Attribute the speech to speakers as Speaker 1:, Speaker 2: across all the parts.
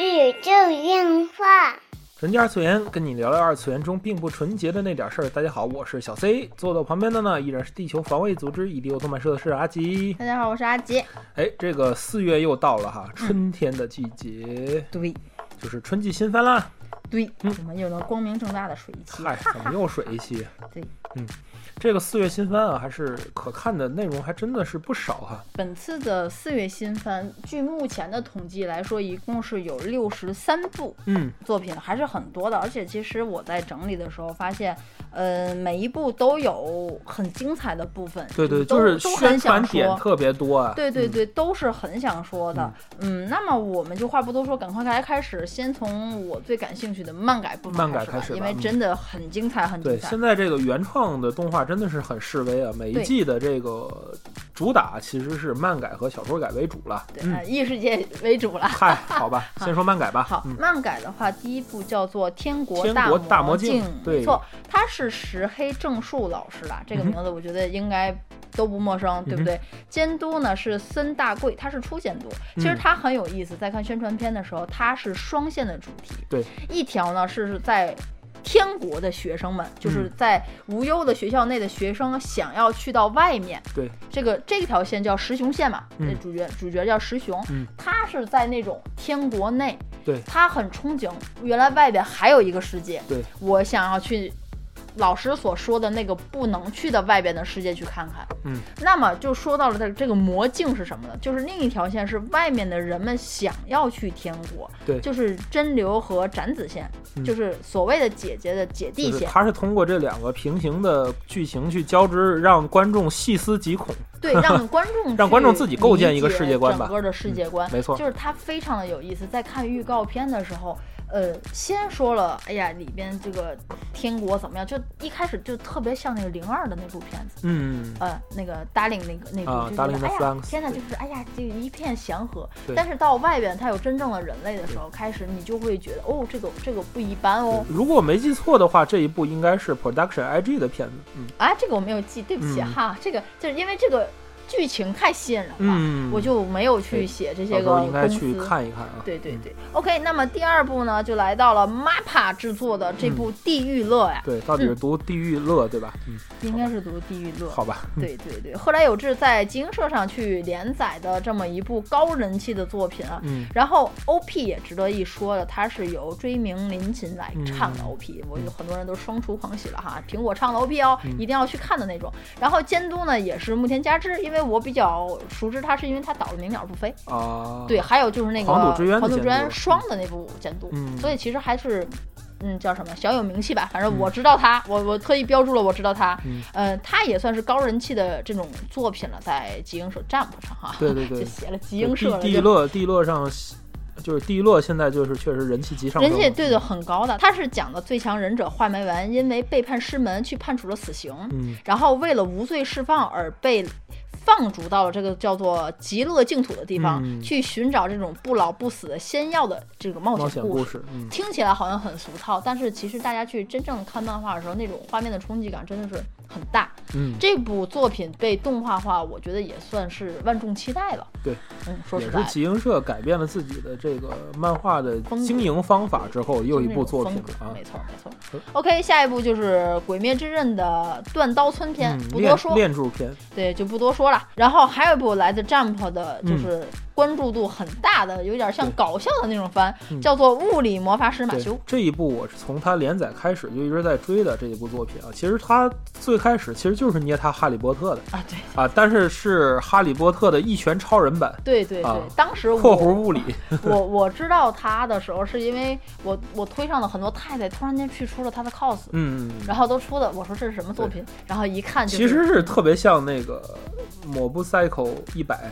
Speaker 1: 宇宙电话。
Speaker 2: 人家二次元跟你聊聊二次元中并不纯洁的那点事儿。大家好，我是小 C，坐到我旁边的呢依然是地球防卫组织 ED 奥特曼社的社长阿吉。
Speaker 3: 大家好，我是阿吉。
Speaker 2: 哎，这个四月又到了哈，春天的季节，
Speaker 3: 对
Speaker 2: 就是春季新番啦。
Speaker 3: 对，
Speaker 2: 嗯
Speaker 3: 我们又能光明正大的水一期。
Speaker 2: 嗨，怎么又水一期？
Speaker 3: 对，
Speaker 2: 嗯，这个四月新番啊，还是可看的内容还真的是不少哈。
Speaker 3: 本次的四月新番，据目前的统计来说，一共是有六十三部
Speaker 2: 嗯，
Speaker 3: 作品，还是很多的。而且其实我在整理的时候发现，呃，每一部都有很精彩的部分，
Speaker 2: 对对，
Speaker 3: 都
Speaker 2: 就是
Speaker 3: 都
Speaker 2: 宣传
Speaker 3: 很想
Speaker 2: 点
Speaker 3: 说。
Speaker 2: 特别多啊。
Speaker 3: 对对
Speaker 2: 嗯
Speaker 3: 对，都是很想说的。嗯那么我们就话不多说，赶快来开始，先从我最感兴趣的漫改部分
Speaker 2: 漫改
Speaker 3: 吧
Speaker 2: 开始吧
Speaker 3: 因为
Speaker 2: 嗯
Speaker 3: 真的很精彩，很
Speaker 2: 对，
Speaker 3: 精彩。
Speaker 2: 现在这个原创的动画真的是很示威啊！每一
Speaker 3: 对
Speaker 2: 季的这个主打其实是漫改和小说改为主了。
Speaker 3: 对，
Speaker 2: 嗯
Speaker 3: 呃，异世界为主了。
Speaker 2: 嗨，好吧，先说漫改吧。
Speaker 3: 好，
Speaker 2: 嗯，
Speaker 3: 漫改的话，第一部叫做《天国
Speaker 2: 天国大魔
Speaker 3: 魔
Speaker 2: 镜对
Speaker 3: 没错，他是石黑正树老师啦，这
Speaker 2: 嗯
Speaker 3: 个
Speaker 2: 哼嗯
Speaker 3: 名字我觉得应该。都不陌生，对不对？监督呢是森大贵，他是初监督。其实
Speaker 2: 嗯
Speaker 3: 他很有意思，在看宣传片的时候，他是双线的主题。
Speaker 2: 对，
Speaker 3: 一条呢是在天国的学生们，
Speaker 2: 嗯
Speaker 3: 就是在无忧的学校内的学生想要去到外面，
Speaker 2: 对，
Speaker 3: 这个这条线叫石雄线嘛，
Speaker 2: 嗯
Speaker 3: 这主角主角叫石雄，
Speaker 2: 嗯
Speaker 3: 他是在那种天国内，
Speaker 2: 对
Speaker 3: 他很憧憬，原来外边还有一个世界，
Speaker 2: 对，
Speaker 3: 我想要去。老师所说的那个不能去的外边的世界去看看，
Speaker 2: 嗯，
Speaker 3: 那么就说到了这这个魔镜是什么呢？就是另一条线是外面的人们想要去天国，
Speaker 2: 对
Speaker 3: 就是真流和斩子线，
Speaker 2: 嗯
Speaker 3: 就是所谓的姐姐的姐弟
Speaker 2: 就是
Speaker 3: 线，
Speaker 2: 它是通过这两个平行的剧情去交织，让观众细思极恐。
Speaker 3: 对，让观 众
Speaker 2: 让观众自己构建一个
Speaker 3: 去理解
Speaker 2: 世界观吧嗯
Speaker 3: 整个的世界观，
Speaker 2: 没错
Speaker 3: 就是它非常的有意思。在看预告片的时候，呃，先说了，哎呀，里边这个天国怎么样？就一开始就特别像那个零二的那部片子。
Speaker 2: 嗯，
Speaker 3: 呃，那个 Darling 那个那部、
Speaker 2: 啊
Speaker 3: 就
Speaker 2: Darling
Speaker 3: 觉得，
Speaker 2: 的
Speaker 3: 哎呀
Speaker 2: Franks，，
Speaker 3: 天呐，
Speaker 2: 对
Speaker 3: 就是哎呀，这一片祥和
Speaker 2: 对。
Speaker 3: 但是到外边，它有真正的人类的时候，开始你就会觉得，哦，这个这个不一般哦。
Speaker 2: 嗯如果我没记错的话，这一部应该是 Production IG 的片子。嗯
Speaker 3: 啊，这个我没有记，对不起、
Speaker 2: 嗯
Speaker 3: 哈，这个就是因为这个剧情太吸引人了，
Speaker 2: 嗯，
Speaker 3: 我就没有
Speaker 2: 对
Speaker 3: 去写这
Speaker 2: 到
Speaker 3: 些
Speaker 2: 时
Speaker 3: 个
Speaker 2: 候应该
Speaker 3: 公
Speaker 2: 去
Speaker 3: 司。
Speaker 2: 看一看啊。
Speaker 3: 对对对、o k 那么第二部呢，就来到了 MAPPA 制作的这
Speaker 2: 嗯
Speaker 3: 部《地狱乐》呀，
Speaker 2: 对，到底是读地狱乐对吧？嗯，
Speaker 3: 应该是读《地狱乐》。
Speaker 2: 好吧。
Speaker 3: 对对对，后来有志在集英社上去连载的这么一部高人气的作品啊。
Speaker 2: 嗯，
Speaker 3: 然后 OP 也值得一说的，它是由追名林琴来唱的
Speaker 2: 嗯
Speaker 3: OP，、我有很多人都双出狂喜了哈。苹果唱的 OP 哦，
Speaker 2: 嗯
Speaker 3: 一定要去看的那种。然后监督呢也是木田佳之，因为我比较熟知他，是因为他导了《鸣鸟不飞》。
Speaker 2: 啊，
Speaker 3: 对，，还有就是那个《
Speaker 2: 黄赌之渊的
Speaker 3: 黄
Speaker 2: 监
Speaker 3: 赌之
Speaker 2: 督
Speaker 3: 渊双的那部监督，
Speaker 2: 嗯
Speaker 3: 所以其实还是。嗯，叫什么小有名气吧，反正我知道他，我我特意标注了，我知道他，
Speaker 2: 嗯
Speaker 3: 呃，他也算是高人气的这种作品了，在集英社 Jump 上哈，
Speaker 2: 对对 对
Speaker 3: 就写了集英社
Speaker 2: 地
Speaker 3: 了，
Speaker 2: 地
Speaker 3: 就
Speaker 2: 乐地乐上，就是地乐现在就是确实人气急上嗯升。
Speaker 3: 人家对的很高的，他是讲的最强忍者画眉丸因为背叛师门去判处了死刑，
Speaker 2: 嗯，
Speaker 3: 然后为了无罪释放而被放逐到了这个叫做极乐净土的地方，
Speaker 2: 嗯
Speaker 3: 去寻找这种不老不死的仙药的这个冒
Speaker 2: 冒
Speaker 3: 险
Speaker 2: 险
Speaker 3: 故
Speaker 2: 故
Speaker 3: 事。
Speaker 2: 事，嗯，
Speaker 3: 听起来好像很俗套，但是其实大家去真正看漫画的时候，那种画面的冲击感真的是很大。
Speaker 2: 嗯，
Speaker 3: 这部作品被动画化，我觉得也算是万众期待了。
Speaker 2: 对，
Speaker 3: 嗯，说
Speaker 2: 也
Speaker 3: 实
Speaker 2: 是
Speaker 3: 在的，
Speaker 2: 集英社改变了自己的这个漫画的
Speaker 3: 风格
Speaker 2: 经营方法之后，又一部作品
Speaker 3: 就是那种风格
Speaker 2: 啊
Speaker 3: 没。错没错
Speaker 2: 嗯。
Speaker 3: OK，下一部就是《鬼灭之刃》的断刀村篇，
Speaker 2: 嗯，
Speaker 3: 不多
Speaker 2: 练
Speaker 3: 说，
Speaker 2: 练柱篇，
Speaker 3: 对，就不多说了。然后还有一部来自 Jump 的，
Speaker 2: 嗯
Speaker 3: 就是关注度很大的，有点像
Speaker 2: 对
Speaker 3: 搞笑的那种番，
Speaker 2: 嗯
Speaker 3: 叫做《物理魔法师马
Speaker 2: 对
Speaker 3: 修》。
Speaker 2: 这一部我是从它连载开始就一直在追的这一部作品啊。其实它最开始其实就是捏他《哈利波特》的
Speaker 3: 啊，对
Speaker 2: 啊，但是是《哈利波特》的一拳超人版
Speaker 3: 对对对，
Speaker 2: 啊
Speaker 3: 当时
Speaker 2: （括弧
Speaker 3: 我
Speaker 2: 物理
Speaker 3: 我我知道他的时候，是因为我我推上了很多太太，突然间去出了他的 cos，）。
Speaker 2: 嗯，
Speaker 3: 然后都出的，我说这是什么作品？然后一看就是
Speaker 2: 其实是特别像那个《某部 cycle 一百》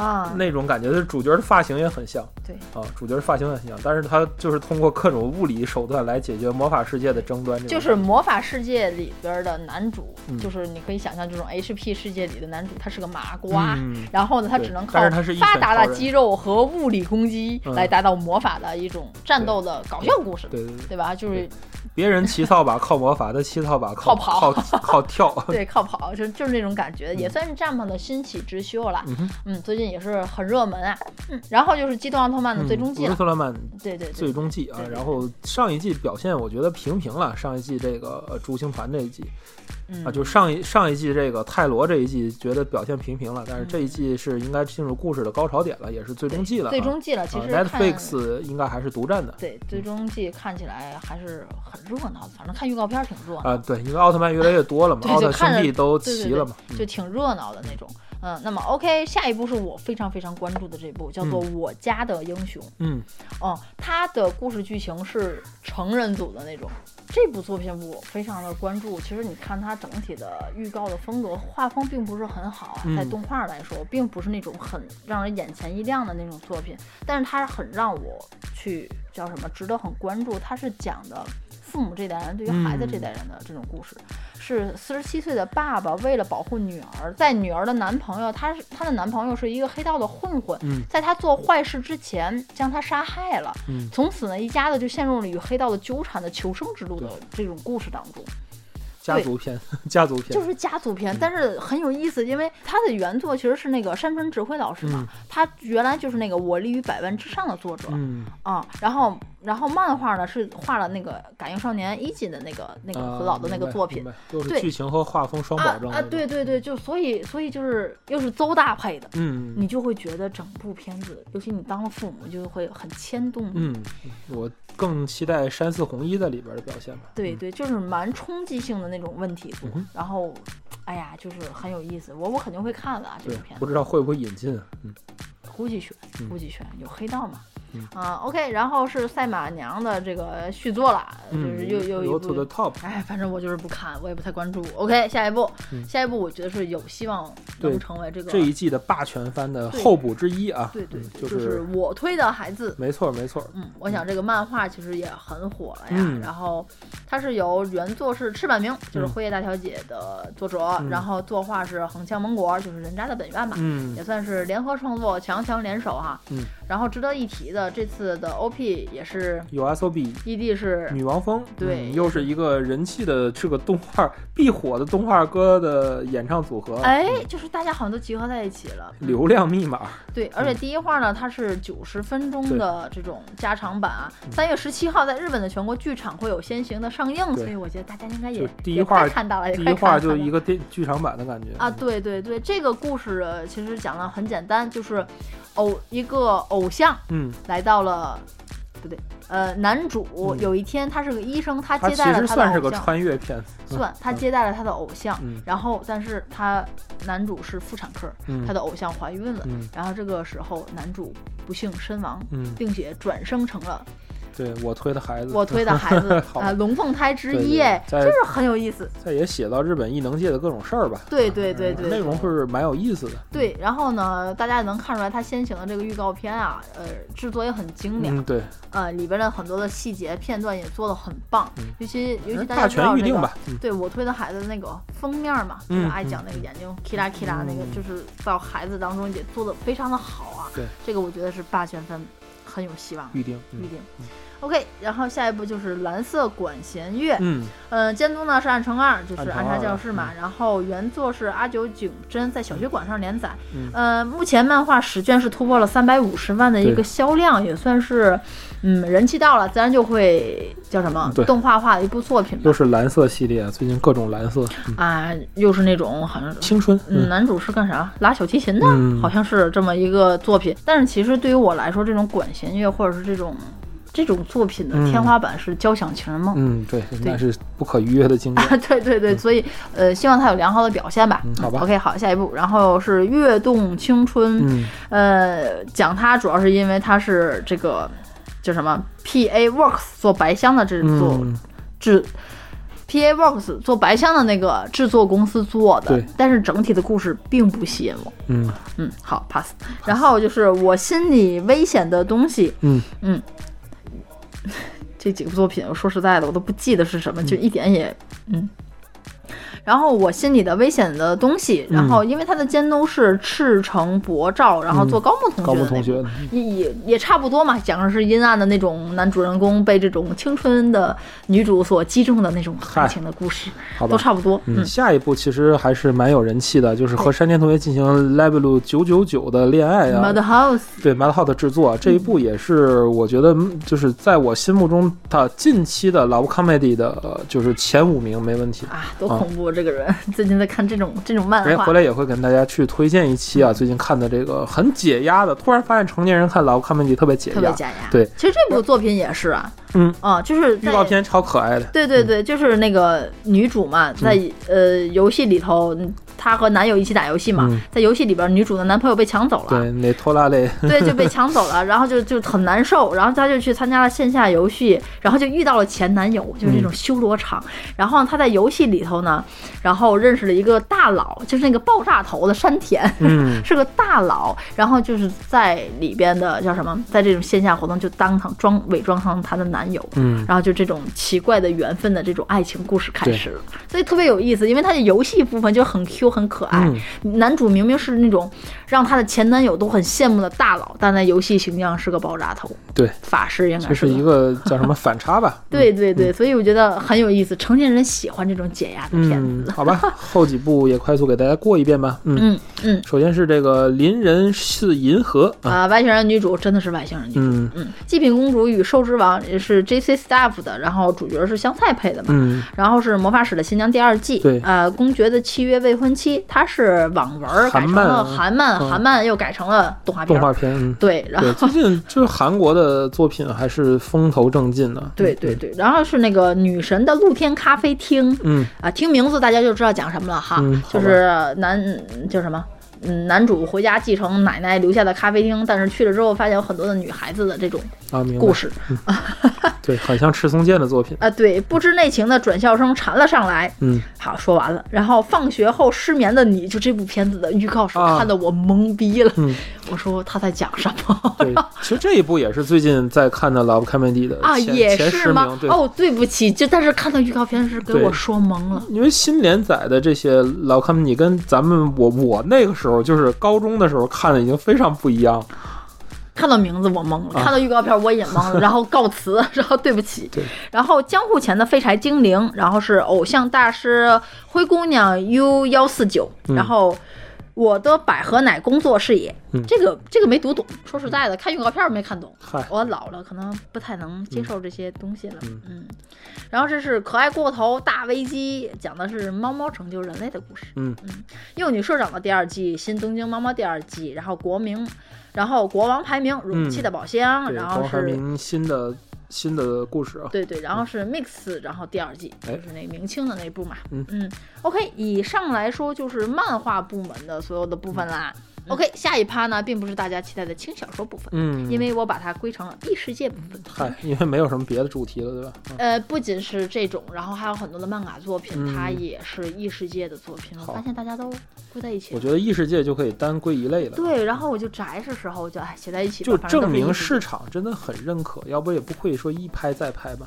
Speaker 3: 啊，
Speaker 2: 那种感觉，就是主角的发型也很像
Speaker 3: 对
Speaker 2: 啊，主角的发型也很像，但是他就是通过各种物理手段来解决魔法世界的争端这种。
Speaker 3: 就是魔法世界里边的男主，
Speaker 2: 嗯
Speaker 3: 就是你可以想象这种 HP 世界里的男主，他是个麻瓜。
Speaker 2: 嗯
Speaker 3: 然后呢，他
Speaker 2: 对
Speaker 3: 只能靠
Speaker 2: 但是他是一拳
Speaker 3: 发达
Speaker 2: 超
Speaker 3: 的
Speaker 2: 人
Speaker 3: 肌肉和物理攻击
Speaker 2: 嗯
Speaker 3: 来达到魔法的一种战斗的搞笑故事，
Speaker 2: 对对对，
Speaker 3: 对吧？就是
Speaker 2: 别人骑扫把靠魔法，他骑扫把靠
Speaker 3: 靠跑
Speaker 2: 靠靠跳。
Speaker 3: 对，靠跑就就是那种感觉，
Speaker 2: 嗯
Speaker 3: 也算是帐篷的新起之秀了。
Speaker 2: 嗯哼，
Speaker 3: 嗯，最近也是很热门啊。嗯，然后就是《机动奥特曼》的最终
Speaker 2: 嗯不
Speaker 3: 季了
Speaker 2: 是。特拉曼
Speaker 3: 对对对
Speaker 2: 最，终季啊
Speaker 3: 对对，对
Speaker 2: 然后上一季表现我觉得平平了，上一季这个呃竹星团这一季
Speaker 3: 嗯
Speaker 2: 啊，就上一上一季这个泰罗这一季觉得表现平平了，但是
Speaker 3: 嗯
Speaker 2: 这一季是应该进入故事的高潮点了，也是最终季了啊。
Speaker 3: 最终季了。其
Speaker 2: 啊
Speaker 3: 实看
Speaker 2: ，Netflix 嗯应该还是独占的
Speaker 3: 对最终季看起来还是很热闹的，反正看预告片儿挺热闹的，
Speaker 2: 啊，对，因为奥特曼越来越多了嘛，
Speaker 3: 对
Speaker 2: 奥特
Speaker 3: 就看着
Speaker 2: 兄弟都
Speaker 3: 对对
Speaker 2: 齐
Speaker 3: 对
Speaker 2: 了嘛，嗯
Speaker 3: 就挺热闹的那种。嗯，那么 OK，下一部是我非常非常关注的这部，叫做《我家的英雄》。
Speaker 2: 嗯，
Speaker 3: 哦，它的故事剧情是成人组的那种。这部作品我非常的关注。其实你看它整体的预告的风格、画风并不是很好啊，
Speaker 2: 嗯
Speaker 3: 在动画来说，并不是那种很让人眼前一亮的那种作品，但是它很让我去叫什么，值得很关注。它是讲的父母这代人对于孩子这代人的这种故事，是四十七岁的爸爸为了保护女儿，在女儿的男朋友，她是她的男朋友是一个黑道的混混，
Speaker 2: 嗯
Speaker 3: 在她做坏事之前将她杀害了，
Speaker 2: 嗯
Speaker 3: 从此呢一家子就陷入了与黑道的纠缠的求生之路的这种故事当中，
Speaker 2: 家族片， 家族
Speaker 3: 就
Speaker 2: 片，
Speaker 3: 是家族
Speaker 2: 嗯
Speaker 3: 片，但是很有意思，因为它的原作其实是那个山村指挥老师嘛，他原来就是那个《我立于百万之上》的作者，
Speaker 2: 嗯
Speaker 3: 啊，然后然后漫画呢是画了那个《感应少年一级》的那个 那个
Speaker 2: 啊
Speaker 3: 和老的那
Speaker 2: 明
Speaker 3: 个
Speaker 2: 白
Speaker 3: 作品
Speaker 2: 明白都是
Speaker 3: 对
Speaker 2: 剧情和画风双保
Speaker 3: 啊
Speaker 2: 证
Speaker 3: 啊，
Speaker 2: 的
Speaker 3: 对对对，就所以所以就是又是邹大配的，
Speaker 2: 嗯。
Speaker 3: 你就会觉得整部片子，尤其你当了父母，就会很牵动你。
Speaker 2: 嗯，我更期待山寺红一在里边的表现吧。
Speaker 3: 对对，就是蛮冲击性的那种问题组
Speaker 2: 嗯哼
Speaker 3: 然后，哎呀，就是很有意思，我我肯定会看的啊，这
Speaker 2: 对
Speaker 3: 部，片
Speaker 2: 不
Speaker 3: 子
Speaker 2: 知道会不会引进啊。嗯，
Speaker 3: 估计选
Speaker 2: 嗯
Speaker 3: 估计选有黑道嘛
Speaker 2: 嗯，
Speaker 3: 啊，OK，然后是赛马娘的这个续作了，
Speaker 2: 嗯
Speaker 3: 就是又又一
Speaker 2: ，Road to
Speaker 3: 部
Speaker 2: the Top，
Speaker 3: 哎，反正我就是不看，我也不太关注。OK，下一步，
Speaker 2: 嗯
Speaker 3: 下一步我觉得是有希望能
Speaker 2: 对
Speaker 3: 成为这个
Speaker 2: 这一季的霸权番的
Speaker 3: 对
Speaker 2: 候补之一啊。
Speaker 3: 对对
Speaker 2: 嗯
Speaker 3: 对，
Speaker 2: 就
Speaker 3: 就是
Speaker 2: 是
Speaker 3: 我推的孩子。
Speaker 2: 没错没错。
Speaker 3: 嗯，我想这个漫画其实也很火了呀。
Speaker 2: 嗯
Speaker 3: 然后它是由原作是赤坂明，就是
Speaker 2: 嗯
Speaker 3: 《辉夜大小姐》的作者，
Speaker 2: 嗯
Speaker 3: 然后作画是横枪盟国，就是人渣的本愿吧。
Speaker 2: 嗯
Speaker 3: 也算是联合创作，强强联手哈。
Speaker 2: 嗯。
Speaker 3: 然后值得一提的，这次的 OP 也是
Speaker 2: ，USOB
Speaker 3: ED 是
Speaker 2: 女王峰，
Speaker 3: 对
Speaker 2: 嗯又是一个人气的这个动画必火的动画歌的演唱组合，
Speaker 3: 哎，就是大家好像都集合在一起了。嗯
Speaker 2: 流量密码，
Speaker 3: 对，而且
Speaker 2: 嗯
Speaker 3: 第一话呢，它是九十分钟的这种加长版啊。
Speaker 2: 嗯
Speaker 3: 三月十七号在日本的全国剧场会有先行的上映，
Speaker 2: 对
Speaker 3: 所以我觉得大家应该
Speaker 2: 就
Speaker 3: 也
Speaker 2: 第一
Speaker 3: 也
Speaker 2: 话
Speaker 3: 快看到了，也
Speaker 2: 第一
Speaker 3: 快
Speaker 2: 话
Speaker 3: 看
Speaker 2: 就
Speaker 3: 看
Speaker 2: 一
Speaker 3: 了。
Speaker 2: 个电剧场版的感觉
Speaker 3: 啊，，对对对，这个故事呃其实讲了很简单，就是偶一个偶像
Speaker 2: 嗯，
Speaker 3: 来到了，不对，呃，男主
Speaker 2: 嗯
Speaker 3: 有一天他是个医生，他
Speaker 2: 它
Speaker 3: 接
Speaker 2: 其
Speaker 3: 待了
Speaker 2: 实
Speaker 3: 他的
Speaker 2: 算是
Speaker 3: 偶
Speaker 2: 个
Speaker 3: 像，
Speaker 2: 穿越片，
Speaker 3: 算他接待了他的偶像，
Speaker 2: 嗯
Speaker 3: 然后但是他男主是妇产科，
Speaker 2: 嗯
Speaker 3: 他的偶像怀孕了，
Speaker 2: 嗯
Speaker 3: 然后这个时候男主不幸身亡，
Speaker 2: 嗯，
Speaker 3: 并且转生成了
Speaker 2: 对我推的孩子，
Speaker 3: 我推的孩子
Speaker 2: 好
Speaker 3: 啊、龙凤胎之
Speaker 2: 对
Speaker 3: 一，
Speaker 2: 对
Speaker 3: 哎，
Speaker 2: 在
Speaker 3: 就是很有意思。
Speaker 2: 再也写到日本异能界的各种事儿吧。
Speaker 3: 对对对
Speaker 2: 嗯
Speaker 3: 对
Speaker 2: 内容是蛮有意思的。
Speaker 3: 对，然后呢，大家也能看出来，它先行的这个预告片啊，呃，制作也很精良，
Speaker 2: 嗯，对，
Speaker 3: 呃，里边的很多的细节片段也做得很棒，
Speaker 2: 嗯
Speaker 3: 尤其尤其大家
Speaker 2: 大
Speaker 3: 知道
Speaker 2: 权预
Speaker 3: 这
Speaker 2: 定
Speaker 3: 个
Speaker 2: 吧。。嗯
Speaker 3: 对我推的孩子那个封面嘛，就
Speaker 2: 嗯
Speaker 3: 是爱讲那个眼睛 kira kira 那个，就是到孩子当中也做的非常的好啊。
Speaker 2: 对，
Speaker 3: 这个我觉得是霸权番很有希望。
Speaker 2: 预定，
Speaker 3: 预
Speaker 2: 嗯
Speaker 3: 定。OK，然后下一步就是蓝色管弦乐，
Speaker 2: 嗯，
Speaker 3: 呃，监督呢是暗城二，就是
Speaker 2: 暗
Speaker 3: 暗
Speaker 2: 城
Speaker 3: 杀
Speaker 2: 二嗯
Speaker 3: 教室嘛，然后原作是阿九景真在小学馆上连载，
Speaker 2: 嗯
Speaker 3: 呃，目前漫画十卷是突破了三百五十万的一
Speaker 2: 对
Speaker 3: 个销量，也算是，嗯，人气到了，自然就会叫什么
Speaker 2: 对
Speaker 3: 动画化的一部作品吧
Speaker 2: 又，是蓝色系列，最近各种蓝色，嗯
Speaker 3: 啊、又是那种好像是
Speaker 2: 青春，
Speaker 3: 嗯，，男主是干啥？拉小提琴的，
Speaker 2: 嗯
Speaker 3: 好像是这么一个作品。但是其实对于我来说，这种管弦乐或者是这种这种作品的
Speaker 2: 嗯
Speaker 3: 天花板是《交响情人梦》
Speaker 2: 嗯，对，那是不可逾越的经 典。
Speaker 3: 啊，对对对，所以呃，希望他有良好的表现吧。
Speaker 2: 嗯好吧
Speaker 3: OK，好，下一步，然后是《跃动青春》
Speaker 2: 嗯，
Speaker 3: 呃，讲它主要是因为它是这个叫什么 PA Works 做白箱的制作、
Speaker 2: 嗯，
Speaker 3: 制。PA Works 做白箱的那个制作公司做的
Speaker 2: 对，
Speaker 3: 但是整体的故事并不吸引我。
Speaker 2: 嗯，
Speaker 3: 嗯，好，pass。然后就是我心里危险的东西，
Speaker 2: 嗯
Speaker 3: 嗯，这几个作品，我说实在的，我都不记得是什么，就一点也嗯。嗯然后我心里的危险的东西，然
Speaker 2: 嗯
Speaker 3: 后因为他的监督是赤城博照，然后做高木同学的那部、
Speaker 2: 高木同学，嗯
Speaker 3: 也也也差不多嘛，讲的是阴暗的那种男主人公被这种青春的女主所击中的那种爱情的故事，
Speaker 2: 好吧
Speaker 3: 都差不多。嗯，
Speaker 2: 下一部其实还是蛮有人气的，就是和山田同学进行 Level 九九九的恋爱啊，
Speaker 3: Mud House
Speaker 2: 对 Mad Hot 的制作啊这一
Speaker 3: 嗯
Speaker 2: 部也是我觉得嗯就是在我心目中它近期的 Love Comedy 的呃就是前五名没问题。
Speaker 3: 啊，多恐怖！这个人最近在看这种这种漫
Speaker 2: 哎，
Speaker 3: 画嗯
Speaker 2: 回，来也会跟大家去推荐一期啊，最近看的这个很解压的，突然发现成年人看 Love Comedy 特别解
Speaker 3: 特别
Speaker 2: 压，
Speaker 3: 加压。
Speaker 2: 对
Speaker 3: 其实这部作品也是啊，
Speaker 2: 嗯，
Speaker 3: 啊，就是
Speaker 2: 预告
Speaker 3: 在
Speaker 2: 片超可爱的。
Speaker 3: 对对对，就是那个女主嘛，
Speaker 2: 嗯
Speaker 3: 在、呃游戏里头，嗯她和男友一起打游戏嘛，
Speaker 2: 嗯
Speaker 3: 在游戏里边，女主的男朋友被抢走了，
Speaker 2: 对，那拖拉类，
Speaker 3: 对，就被抢走了， 然后就就很难受，然后她就去参加了线下游戏，然后就遇到了前男友，
Speaker 2: 嗯
Speaker 3: 就是那种修罗场。然后她在游戏里头呢，然后认识了一个大佬，就是那个爆炸头的山田，
Speaker 2: 嗯
Speaker 3: 是个大佬。然后就是在里边的叫什么，在这种线下活动就当场装伪装成她的男友，
Speaker 2: 嗯，
Speaker 3: 然后就这种奇怪的缘分的这种爱情故事开
Speaker 2: 对
Speaker 3: 始了，所以特别有意思，因为它的游戏部分就很 Q 很可爱。
Speaker 2: 嗯
Speaker 3: 男主明明是那种让他的前男友都很羡慕的大佬，但在游戏形象是个爆炸头，
Speaker 2: 对，
Speaker 3: 法师应该
Speaker 2: 这是
Speaker 3: 个
Speaker 2: 一个叫什么反差吧？
Speaker 3: 对对
Speaker 2: 嗯
Speaker 3: 对，所以我觉得很有意思，成年人喜欢这种解压的片
Speaker 2: 嗯，
Speaker 3: 子。
Speaker 2: 好吧，后几部也快速给大家过一遍吧。嗯，
Speaker 3: 嗯嗯
Speaker 2: 首先是这个邻人是银河啊，
Speaker 3: 啊，外星人女主真的是外星人女主。
Speaker 2: 嗯
Speaker 3: 嗯，极品公主与兽之王也是 J C Staff 的，然后主角是香菜配的嘛，
Speaker 2: 嗯，
Speaker 3: 然后是《魔法使的新娘》第二季，
Speaker 2: 对
Speaker 3: 呃，《公爵的契约未婚妻》，它是网文儿改
Speaker 2: 韩
Speaker 3: 成
Speaker 2: 漫啊
Speaker 3: 了韩
Speaker 2: 嗯
Speaker 3: 漫，韩漫又改成了动画片
Speaker 2: 动
Speaker 3: 儿，
Speaker 2: 画片，嗯，
Speaker 3: 对，然后
Speaker 2: 对，最近就是韩国的作品还是风头正劲呢。
Speaker 3: 对对对，然后是那个女神的露天咖啡厅，
Speaker 2: 嗯，
Speaker 3: 啊，听名字大家就知道讲什么了哈，
Speaker 2: 嗯
Speaker 3: 就
Speaker 2: 好吧
Speaker 3: 是男就是什么。嗯，男主回家继承奶奶留下的咖啡厅，但是去了之后发现有很多的女孩子的这种
Speaker 2: 啊，明白。
Speaker 3: 故事
Speaker 2: 对，很像赤松健的作品。
Speaker 3: 啊，对，不知内情的转校生缠了上来。
Speaker 2: 嗯，
Speaker 3: 好，说完了。然后放学后失眠的你，就这部片子的预告时
Speaker 2: 啊
Speaker 3: 看得我懵逼了，
Speaker 2: 嗯
Speaker 3: 我说他在讲什么
Speaker 2: 对，其实这一部也是最近在看的《Love Comedy》的
Speaker 3: 啊？
Speaker 2: 前
Speaker 3: 也
Speaker 2: 前
Speaker 3: 是
Speaker 2: 十
Speaker 3: 吗
Speaker 2: 名，？对，
Speaker 3: 哦，对不起，就但是看到预告片是给
Speaker 2: 对
Speaker 3: 我说懵了。
Speaker 2: 因为新连载的这些《Love Comedy》跟咱们我我那个时候就是高中的时候看的已经非常不一样。
Speaker 3: 看到名字我懵了，看到预告片我也 懵了，然后告辞， 然后对不起
Speaker 2: 啊对，
Speaker 3: 然后江户前的废柴精灵，然后是偶像大师灰姑娘 U 幺四九，然后我的百合奶工作室也，
Speaker 2: 嗯
Speaker 3: 这个这个没读懂，说实在的，看预告片没看懂
Speaker 2: 嗨，
Speaker 3: 我老了可能不太能接受这些东西了，嗯。然后这是可爱过头大危机，讲的是猫猫拯救人类的故事。
Speaker 2: 嗯
Speaker 3: 幼女社长的第二季，新东京猫猫第二季，然后国民，然后国王排名，容器的宝箱，
Speaker 2: 嗯对，
Speaker 3: 然
Speaker 2: 高
Speaker 3: 后
Speaker 2: 海
Speaker 3: 是。
Speaker 2: 明新的新的故事啊。
Speaker 3: 对对，然后是 mix，然后第二季
Speaker 2: 哎
Speaker 3: 就是那个明清的那部嘛。
Speaker 2: 嗯
Speaker 3: o k 以上来说就是漫画部门的所有的部分啦。OK，下一趴呢，并不是大家期待的轻小说部分，
Speaker 2: 嗯，
Speaker 3: 因为我把它归成了异世界部分。
Speaker 2: 嗨，因为没有什么别的主题了，对吧？嗯
Speaker 3: 呃，不仅是这种，然后还有很多的漫改作品，
Speaker 2: 嗯
Speaker 3: 它也是异世界的作品。我
Speaker 2: 好
Speaker 3: 发现大家都归在一起
Speaker 2: 我
Speaker 3: 了。
Speaker 2: 觉得异世界就可以单归一类了。
Speaker 3: 对，然后我就宅的时候，我就哎写在一起吧，
Speaker 2: 就
Speaker 3: 反正都
Speaker 2: 证
Speaker 3: 是异
Speaker 2: 明
Speaker 3: 世
Speaker 2: 市
Speaker 3: 界
Speaker 2: 场真的很认可，要不也不会说一拍再拍 吧。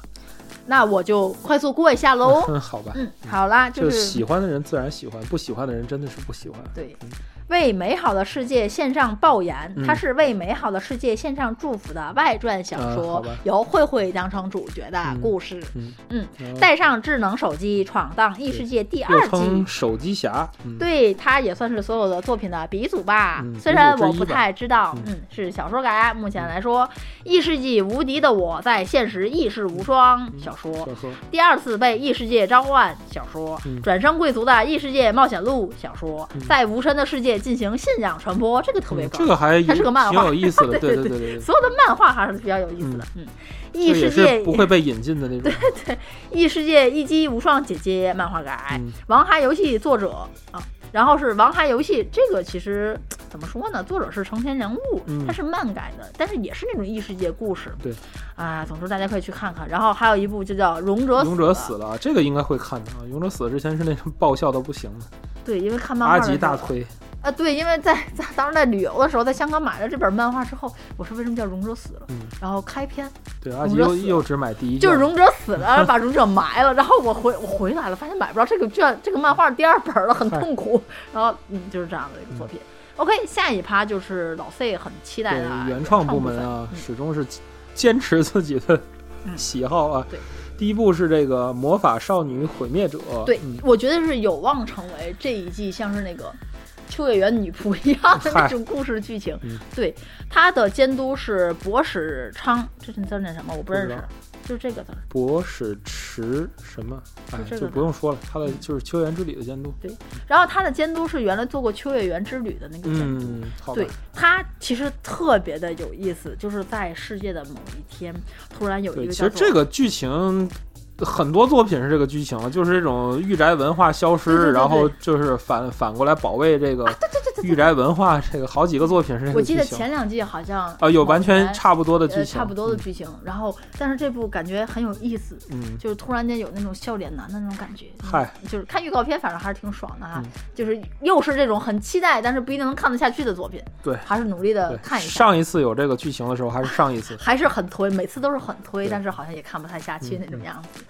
Speaker 3: 那我就快速过一下喽。
Speaker 2: 嗯， 好吧，
Speaker 3: 嗯，好啦，
Speaker 2: 就是喜欢的人自然喜欢，不喜欢的人真的是不喜欢。
Speaker 3: 对。为美好的世界献上爆言，
Speaker 2: 嗯
Speaker 3: 它是为美好的世界献上祝福的外传小
Speaker 2: 啊
Speaker 3: 说，
Speaker 2: 好吧
Speaker 3: 由慧慧当成主角的
Speaker 2: 嗯
Speaker 3: 故事。
Speaker 2: 嗯然后
Speaker 3: 带上智能手机闯荡异世界第
Speaker 2: 又
Speaker 3: 二季
Speaker 2: 称，手机侠，嗯，
Speaker 3: 对，它也算是所有的作品的鼻祖吧。
Speaker 2: 嗯
Speaker 3: 虽然
Speaker 2: 鼻祖
Speaker 3: 我
Speaker 2: 之一
Speaker 3: 不
Speaker 2: 吧
Speaker 3: 太知道，
Speaker 2: 嗯
Speaker 3: 嗯，是小说改。目前来说，异世纪无敌的我在现实亦是无
Speaker 2: 嗯
Speaker 3: 双小说，
Speaker 2: 小说，
Speaker 3: 第二次被异世界召唤小说，
Speaker 2: 嗯
Speaker 3: 转生贵族的异世界冒险录小说，在无声的世界进行信仰传播，这个特别
Speaker 2: 嗯
Speaker 3: 棒。
Speaker 2: 这个 还
Speaker 3: 它是个漫画
Speaker 2: 挺有意思的，
Speaker 3: 对
Speaker 2: 对
Speaker 3: 对
Speaker 2: 对对对，
Speaker 3: 所有的漫画还是比较有意思的，嗯，
Speaker 2: 这
Speaker 3: 异世
Speaker 2: 也
Speaker 3: 界
Speaker 2: 是不会被引进的那种。
Speaker 3: 异世界一击无双姐姐漫画改，
Speaker 2: 嗯
Speaker 3: 王哈游戏作者啊，然后是王哈游戏这个其实怎么说呢？作者是成田良悟，
Speaker 2: 嗯
Speaker 3: 他是漫改的，但是也是那种异世界故事。
Speaker 2: 对，
Speaker 3: 啊，总之大家可以去看看。然后还有一部就叫《勇者
Speaker 2: 勇者死了，这个应该会看的啊。勇者死之前是那种爆笑到不行的，
Speaker 3: 对，因为看漫画
Speaker 2: 阿
Speaker 3: 的
Speaker 2: 吉
Speaker 3: 时候
Speaker 2: 大推，
Speaker 3: 啊，对，因为在在当时在旅游的时候，在香港买了这本漫画之后，我说为什么叫《荣哲死了》
Speaker 2: 嗯
Speaker 3: 然后开篇
Speaker 2: 对，阿吉
Speaker 3: 荣
Speaker 2: 又
Speaker 3: 哲死
Speaker 2: 又只买第一卷，
Speaker 3: 就是荣哲死了，然后把荣哲埋了，然后我回我回来了，发现买不着这个卷这个漫画第二本了，很痛苦。然后嗯，就是这样的一个作品。OK，下一趴就是老 C 很期待
Speaker 2: 对
Speaker 3: 的啊
Speaker 2: 原
Speaker 3: 创
Speaker 2: 创部门啊，
Speaker 3: 嗯
Speaker 2: 始终是坚持自己的
Speaker 3: 嗯
Speaker 2: 喜好啊。
Speaker 3: 对
Speaker 2: 第一部是这个魔法少女毁灭者，
Speaker 3: 对
Speaker 2: 嗯，
Speaker 3: 我觉得是有望成为这一季像是那个秋叶原女仆一样的
Speaker 2: 嗨
Speaker 3: 那种故事剧情
Speaker 2: 嗯。
Speaker 3: 对，他的监督是博史昌，这字念什么？我不认
Speaker 2: 不
Speaker 3: 识
Speaker 2: 知道，
Speaker 3: 就是这个字儿。
Speaker 2: 博史池什么，哎，
Speaker 3: 就这个嗯
Speaker 2: 就不用说了，他的就是秋园之旅的监督，
Speaker 3: 然后他的监督是原来做过《秋叶原之旅》的那个监督。
Speaker 2: 嗯，好吧
Speaker 3: 对，他其实特别的有意思，就是在世界的某一天，突然有一
Speaker 2: 对，
Speaker 3: 个
Speaker 2: 其
Speaker 3: 叫
Speaker 2: 实
Speaker 3: 做
Speaker 2: 这个剧情。很多作品是这个剧情，就是这种御宅文化消失，
Speaker 3: 对对对对
Speaker 2: 然后就是反反过来保卫这个御宅文化。这个好几个作品是这
Speaker 3: 我
Speaker 2: 个
Speaker 3: 记
Speaker 2: 剧
Speaker 3: 得
Speaker 2: 情
Speaker 3: 前两季好像
Speaker 2: 啊，有
Speaker 3: 某
Speaker 2: 完全
Speaker 3: 年
Speaker 2: 差不多的剧情，
Speaker 3: 呃差不多的剧情，然后但是这部感觉很有意思，
Speaker 2: 嗯，
Speaker 3: 就是突然间有那种笑脸男的那种感觉。
Speaker 2: 嗨
Speaker 3: 嗯，就是看预告片，反正还是挺爽的哈
Speaker 2: 嗯。
Speaker 3: 就是又是这种很期待，但是不一定能看得下去的作品。
Speaker 2: 对
Speaker 3: 还是努力的
Speaker 2: 对，
Speaker 3: 呃看一下。，
Speaker 2: 上一次有这个剧情的时候还是上一次
Speaker 3: 还是很推，每次都是很推，
Speaker 2: 对
Speaker 3: 但是好像也看不太下去那种样子。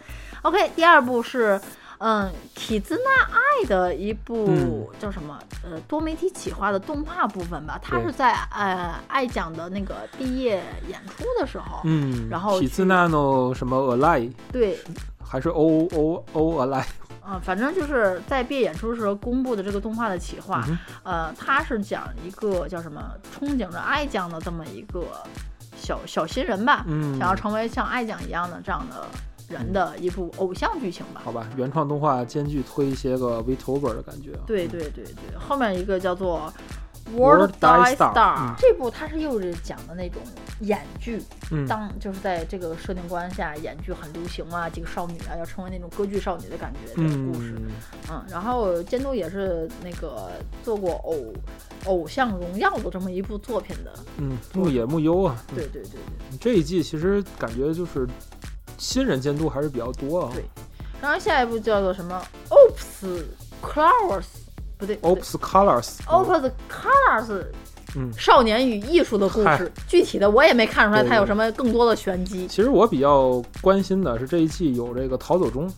Speaker 3: OK，第二部是嗯体兹纳爱的一
Speaker 2: 嗯
Speaker 3: 部叫什么、呃多媒体企划的动画部分吧，它
Speaker 2: 对
Speaker 3: 是在呃爱奖的那个毕业演出的时候，
Speaker 2: 嗯，
Speaker 3: 然后
Speaker 2: 体
Speaker 3: 去
Speaker 2: 字 nano 什么 alive
Speaker 3: 对，
Speaker 2: 还是 o o o alive，
Speaker 3: 啊、反正就是在毕业演出的时候公布的这个动画的企划，
Speaker 2: 嗯
Speaker 3: 呃，它是讲一个叫什么憧憬着爱酱的这么一个小小新人吧，
Speaker 2: 嗯
Speaker 3: 想要成为像爱酱一样的这样的人的一部偶像剧情吧。
Speaker 2: 好吧，原创动画兼具推一些个 vtuber 的感觉啊，
Speaker 3: 对对对对，后面一个叫做
Speaker 2: World Die
Speaker 3: Die
Speaker 2: Star，嗯
Speaker 3: 这部它是又是讲的那种演剧，
Speaker 2: 嗯，
Speaker 3: 当就是在这个设定观下，演剧很流行啊，几个少女啊要成为那种歌剧少女的感觉这个
Speaker 2: 嗯
Speaker 3: 故事。嗯，然后监督也是那个做过偶偶像荣耀的这么一部作品的，
Speaker 2: 嗯，木野木优啊，嗯
Speaker 3: 对对对对。
Speaker 2: 这一季其实感觉就是新人监督还是比较多啊
Speaker 3: 对然后下一部叫做什么 Ops Colors，不对不对
Speaker 2: ，ops colors，
Speaker 3: Ops Colors，
Speaker 2: 嗯
Speaker 3: 少年与艺术的故事，具体的我也没看出来它有什么更多的玄机。
Speaker 2: 其实我比较关心的是这一季有这个逃走中，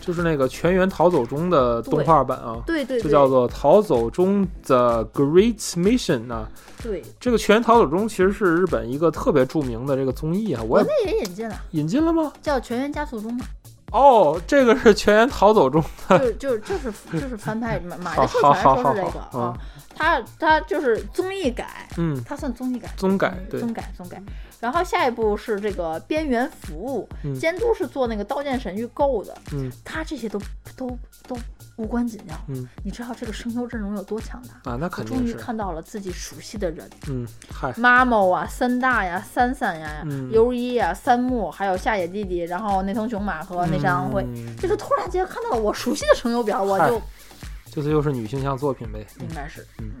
Speaker 2: 就是那个全员逃走中的动画版啊。
Speaker 3: 对对
Speaker 2: 就叫
Speaker 3: 对，
Speaker 2: 做《逃走中的 Great Mission》啊。
Speaker 3: 对，
Speaker 2: 这个《全员逃走中》其实是日本一个特别著名的这个综艺啊，我
Speaker 3: 国
Speaker 2: 也
Speaker 3: 内也引进了，
Speaker 2: 引进了吗？
Speaker 3: 叫《全员加速中》嘛，
Speaker 2: 哦，这个是《全员逃走中》
Speaker 3: 就是就是就是就是翻拍马马
Speaker 2: 好
Speaker 3: 来西亚
Speaker 2: 好
Speaker 3: 说
Speaker 2: 好
Speaker 3: 是这个
Speaker 2: 好
Speaker 3: 啊，它它就是综艺改，
Speaker 2: 嗯，
Speaker 3: 它算综艺改。
Speaker 2: 综改
Speaker 3: 嗯
Speaker 2: 对，
Speaker 3: 综改综改。然后下一步是这个边缘服务，
Speaker 2: 嗯
Speaker 3: 监督是做那个《刀剑神域 GO》的，
Speaker 2: 嗯
Speaker 3: 他这些都都都无关紧要。
Speaker 2: 嗯
Speaker 3: 你知道这个声优阵容有多强大？
Speaker 2: 啊，那
Speaker 3: 我
Speaker 2: 肯
Speaker 3: 终
Speaker 2: 定
Speaker 3: 于
Speaker 2: 是，
Speaker 3: 看到了自己熟悉的人，
Speaker 2: 嗯，嗨，
Speaker 3: 妈猫啊、三大呀、三三呀、
Speaker 2: 嗯
Speaker 3: 尤一啊、三木，还有夏野弟弟，然后内藤雄马和内山昂辉。
Speaker 2: 嗯
Speaker 3: 就是突然间看到了我熟悉的声优表，我
Speaker 2: 嗨
Speaker 3: 就
Speaker 2: 就是又是女性向作品呗，
Speaker 3: 应该是
Speaker 2: 嗯
Speaker 3: 嗯。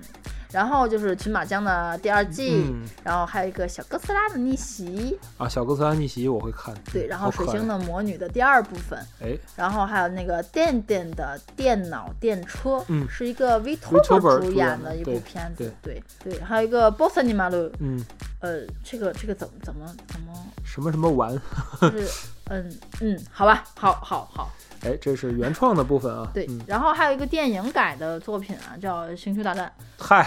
Speaker 3: 然后就是《群马江》的第二季，
Speaker 2: 嗯
Speaker 3: 然后还有一个小哥斯拉的逆袭，
Speaker 2: 啊，小哥斯拉逆袭我会看，
Speaker 3: 对，
Speaker 2: 嗯
Speaker 3: 然后
Speaker 2: 好
Speaker 3: 水
Speaker 2: 可爱
Speaker 3: 星的魔女的第二部分，
Speaker 2: 哎，
Speaker 3: 然后还有那个电电的电脑电车，
Speaker 2: 嗯
Speaker 3: 是一个
Speaker 2: VTuber
Speaker 3: Vtuber 主
Speaker 2: 主演
Speaker 3: 演
Speaker 2: 的
Speaker 3: 的一
Speaker 2: 对
Speaker 3: 部片子，对对还有一个 Bossa n i m a l
Speaker 2: 嗯，
Speaker 3: 呃，这个这个怎么怎么怎么，
Speaker 2: 什么什么丸，
Speaker 3: 就是嗯嗯，好吧，好好好，
Speaker 2: 哎，这是原创的部分啊，
Speaker 3: 对，
Speaker 2: 嗯，
Speaker 3: 然后还有一个电影改的作品啊，叫《星球大战
Speaker 2: 嗨，》，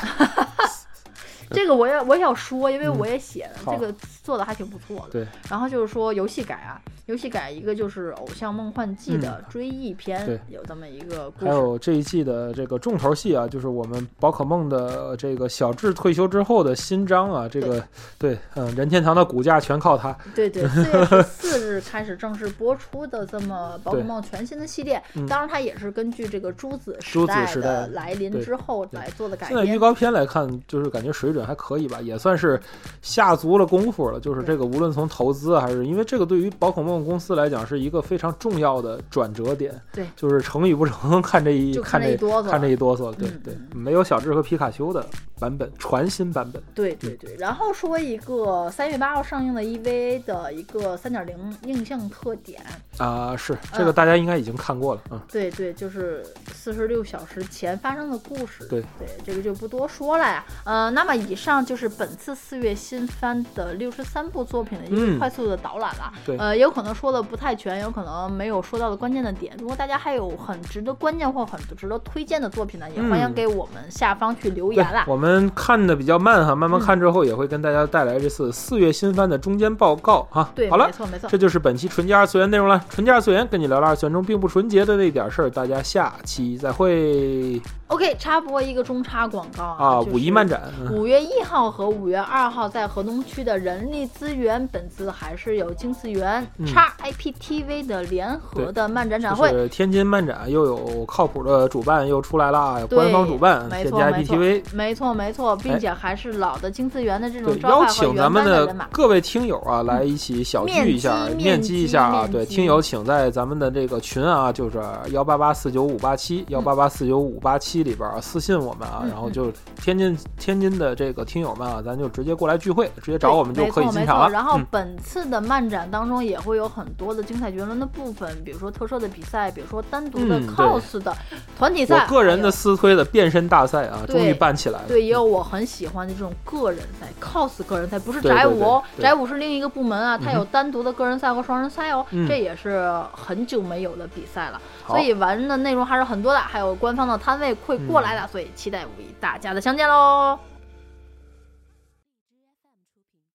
Speaker 3: 这个我也我也要说，因为我也写了，
Speaker 2: 嗯好
Speaker 3: 这个做的还挺不错的。
Speaker 2: 对，
Speaker 3: 然后就是说游戏改啊，游戏改一个就是《偶像梦幻季》的追忆篇，
Speaker 2: 嗯对
Speaker 3: 有这么一个故
Speaker 2: 还
Speaker 3: 事。
Speaker 2: 有这一季的这个重头戏啊，就是我们宝可梦的这个小智退休之后的新章啊，这个对，嗯，任天堂的股价全靠它。
Speaker 3: 对对，四月十四日 开始正式播出的这么宝可
Speaker 2: 对
Speaker 3: 梦全新的系列
Speaker 2: 嗯，
Speaker 3: 当然它也是根据这个朱子
Speaker 2: 朱
Speaker 3: 时
Speaker 2: 子
Speaker 3: 代
Speaker 2: 时代
Speaker 3: 的来临
Speaker 2: 对
Speaker 3: 之后
Speaker 2: 对
Speaker 3: 来做的改
Speaker 2: 现在预
Speaker 3: 编。
Speaker 2: 告片来看，就是感觉水准准还可以吧，也算是下足了功夫了。就是这个，无论从投资啊还是因为这个，对于宝可梦公司来讲是一个非常重要的转折点。
Speaker 3: 对
Speaker 2: 就是成与不成，看这一
Speaker 3: 就
Speaker 2: 看
Speaker 3: 看
Speaker 2: 这
Speaker 3: 这一哆嗦
Speaker 2: 看这一哆嗦。对
Speaker 3: 嗯
Speaker 2: 对，没有小智和皮卡丘的版本，全新版本。
Speaker 3: 对对对，然后说一个三月八号上映的 EVA 的一个三点零映像特点，
Speaker 2: 啊、是这
Speaker 3: 嗯
Speaker 2: 个大家应该已经看过了，嗯，
Speaker 3: 对对，就是四十六小时前发生的故事。
Speaker 2: 对
Speaker 3: 这个就不多说了呀。呃，那么以上就是本次四月新番的六十三部作品的一
Speaker 2: 嗯
Speaker 3: 个快速的导览了。
Speaker 2: 对
Speaker 3: 呃，有可能说的不太全，有可能没有说到的关键的点。如果大家还有很值得关键或很值得推荐的作品呢，也欢
Speaker 2: 嗯
Speaker 3: 迎给我们下方去留
Speaker 2: 对
Speaker 3: 言啦，。
Speaker 2: 我们看的比较慢哈，慢
Speaker 3: 嗯
Speaker 2: 慢看之后也会跟大家带来这次四月新番的中间报告哈。
Speaker 3: 对，
Speaker 2: 好了
Speaker 3: 没。错没错
Speaker 2: 这。就是本期纯洁二次元内容了。纯洁二次元跟你聊聊二次元中并不纯洁的那点事儿，大家下期再会
Speaker 3: OK，插播一个中插广告
Speaker 2: 啊！
Speaker 3: 就是
Speaker 2: 五一漫展，嗯
Speaker 3: 五月一号和五月二号在河东区的人力资源，本次还是有京次元、
Speaker 2: 嗯
Speaker 3: XIPTV 的联合的漫展展
Speaker 2: 就
Speaker 3: 会。
Speaker 2: 是天津漫展又有靠谱的主办又出来了，有
Speaker 3: 对
Speaker 2: 官方主办，
Speaker 3: 没
Speaker 2: 添
Speaker 3: 错
Speaker 2: 加
Speaker 3: 没错
Speaker 2: IPTV。
Speaker 3: 没错没错，并且还是老的京次元的这种
Speaker 2: 对，
Speaker 3: 招
Speaker 2: 邀
Speaker 3: 牌和
Speaker 2: 请咱
Speaker 3: 原
Speaker 2: 们
Speaker 3: 班
Speaker 2: 的
Speaker 3: 人马。
Speaker 2: 各位听友啊，来一起小聚一下，
Speaker 3: 面基
Speaker 2: 面基一下啊。
Speaker 3: 面基
Speaker 2: 对，
Speaker 3: 面基
Speaker 2: 听友请在咱们的这个群啊，就是幺八八四九五八七幺八八四九五八七里边啊私信我们啊，
Speaker 3: 嗯
Speaker 2: 然后就天津天津的这个听友们啊，咱就直接过来聚会，直接找我们就
Speaker 3: 对
Speaker 2: 可以
Speaker 3: 没错
Speaker 2: 进
Speaker 3: 没
Speaker 2: 场
Speaker 3: 错
Speaker 2: 了。
Speaker 3: 然后
Speaker 2: 嗯
Speaker 3: 本次的漫展当中也会有很多的精彩绝伦的部分，比如说特摄的比赛，比如说单独的
Speaker 2: 嗯对
Speaker 3: cos 的团体赛，
Speaker 2: 我个人
Speaker 3: 还有
Speaker 2: 的私推的变身大赛啊，
Speaker 3: 对
Speaker 2: 终于办起来了。
Speaker 3: 对，也有我很喜欢的这种个人赛，cos 个人赛，不是
Speaker 2: 对对
Speaker 3: 宅舞哦，
Speaker 2: 对对
Speaker 3: 宅舞是另一个部门啊，它
Speaker 2: 嗯
Speaker 3: 有单独的个人赛和双人赛哦，
Speaker 2: 嗯
Speaker 3: 这也是很久没有的比赛了，
Speaker 2: 好
Speaker 3: 所以
Speaker 2: 嗯
Speaker 3: 玩的内容还是很多的，还有官方的摊位会过来的，所以期待五一大家的相见喽。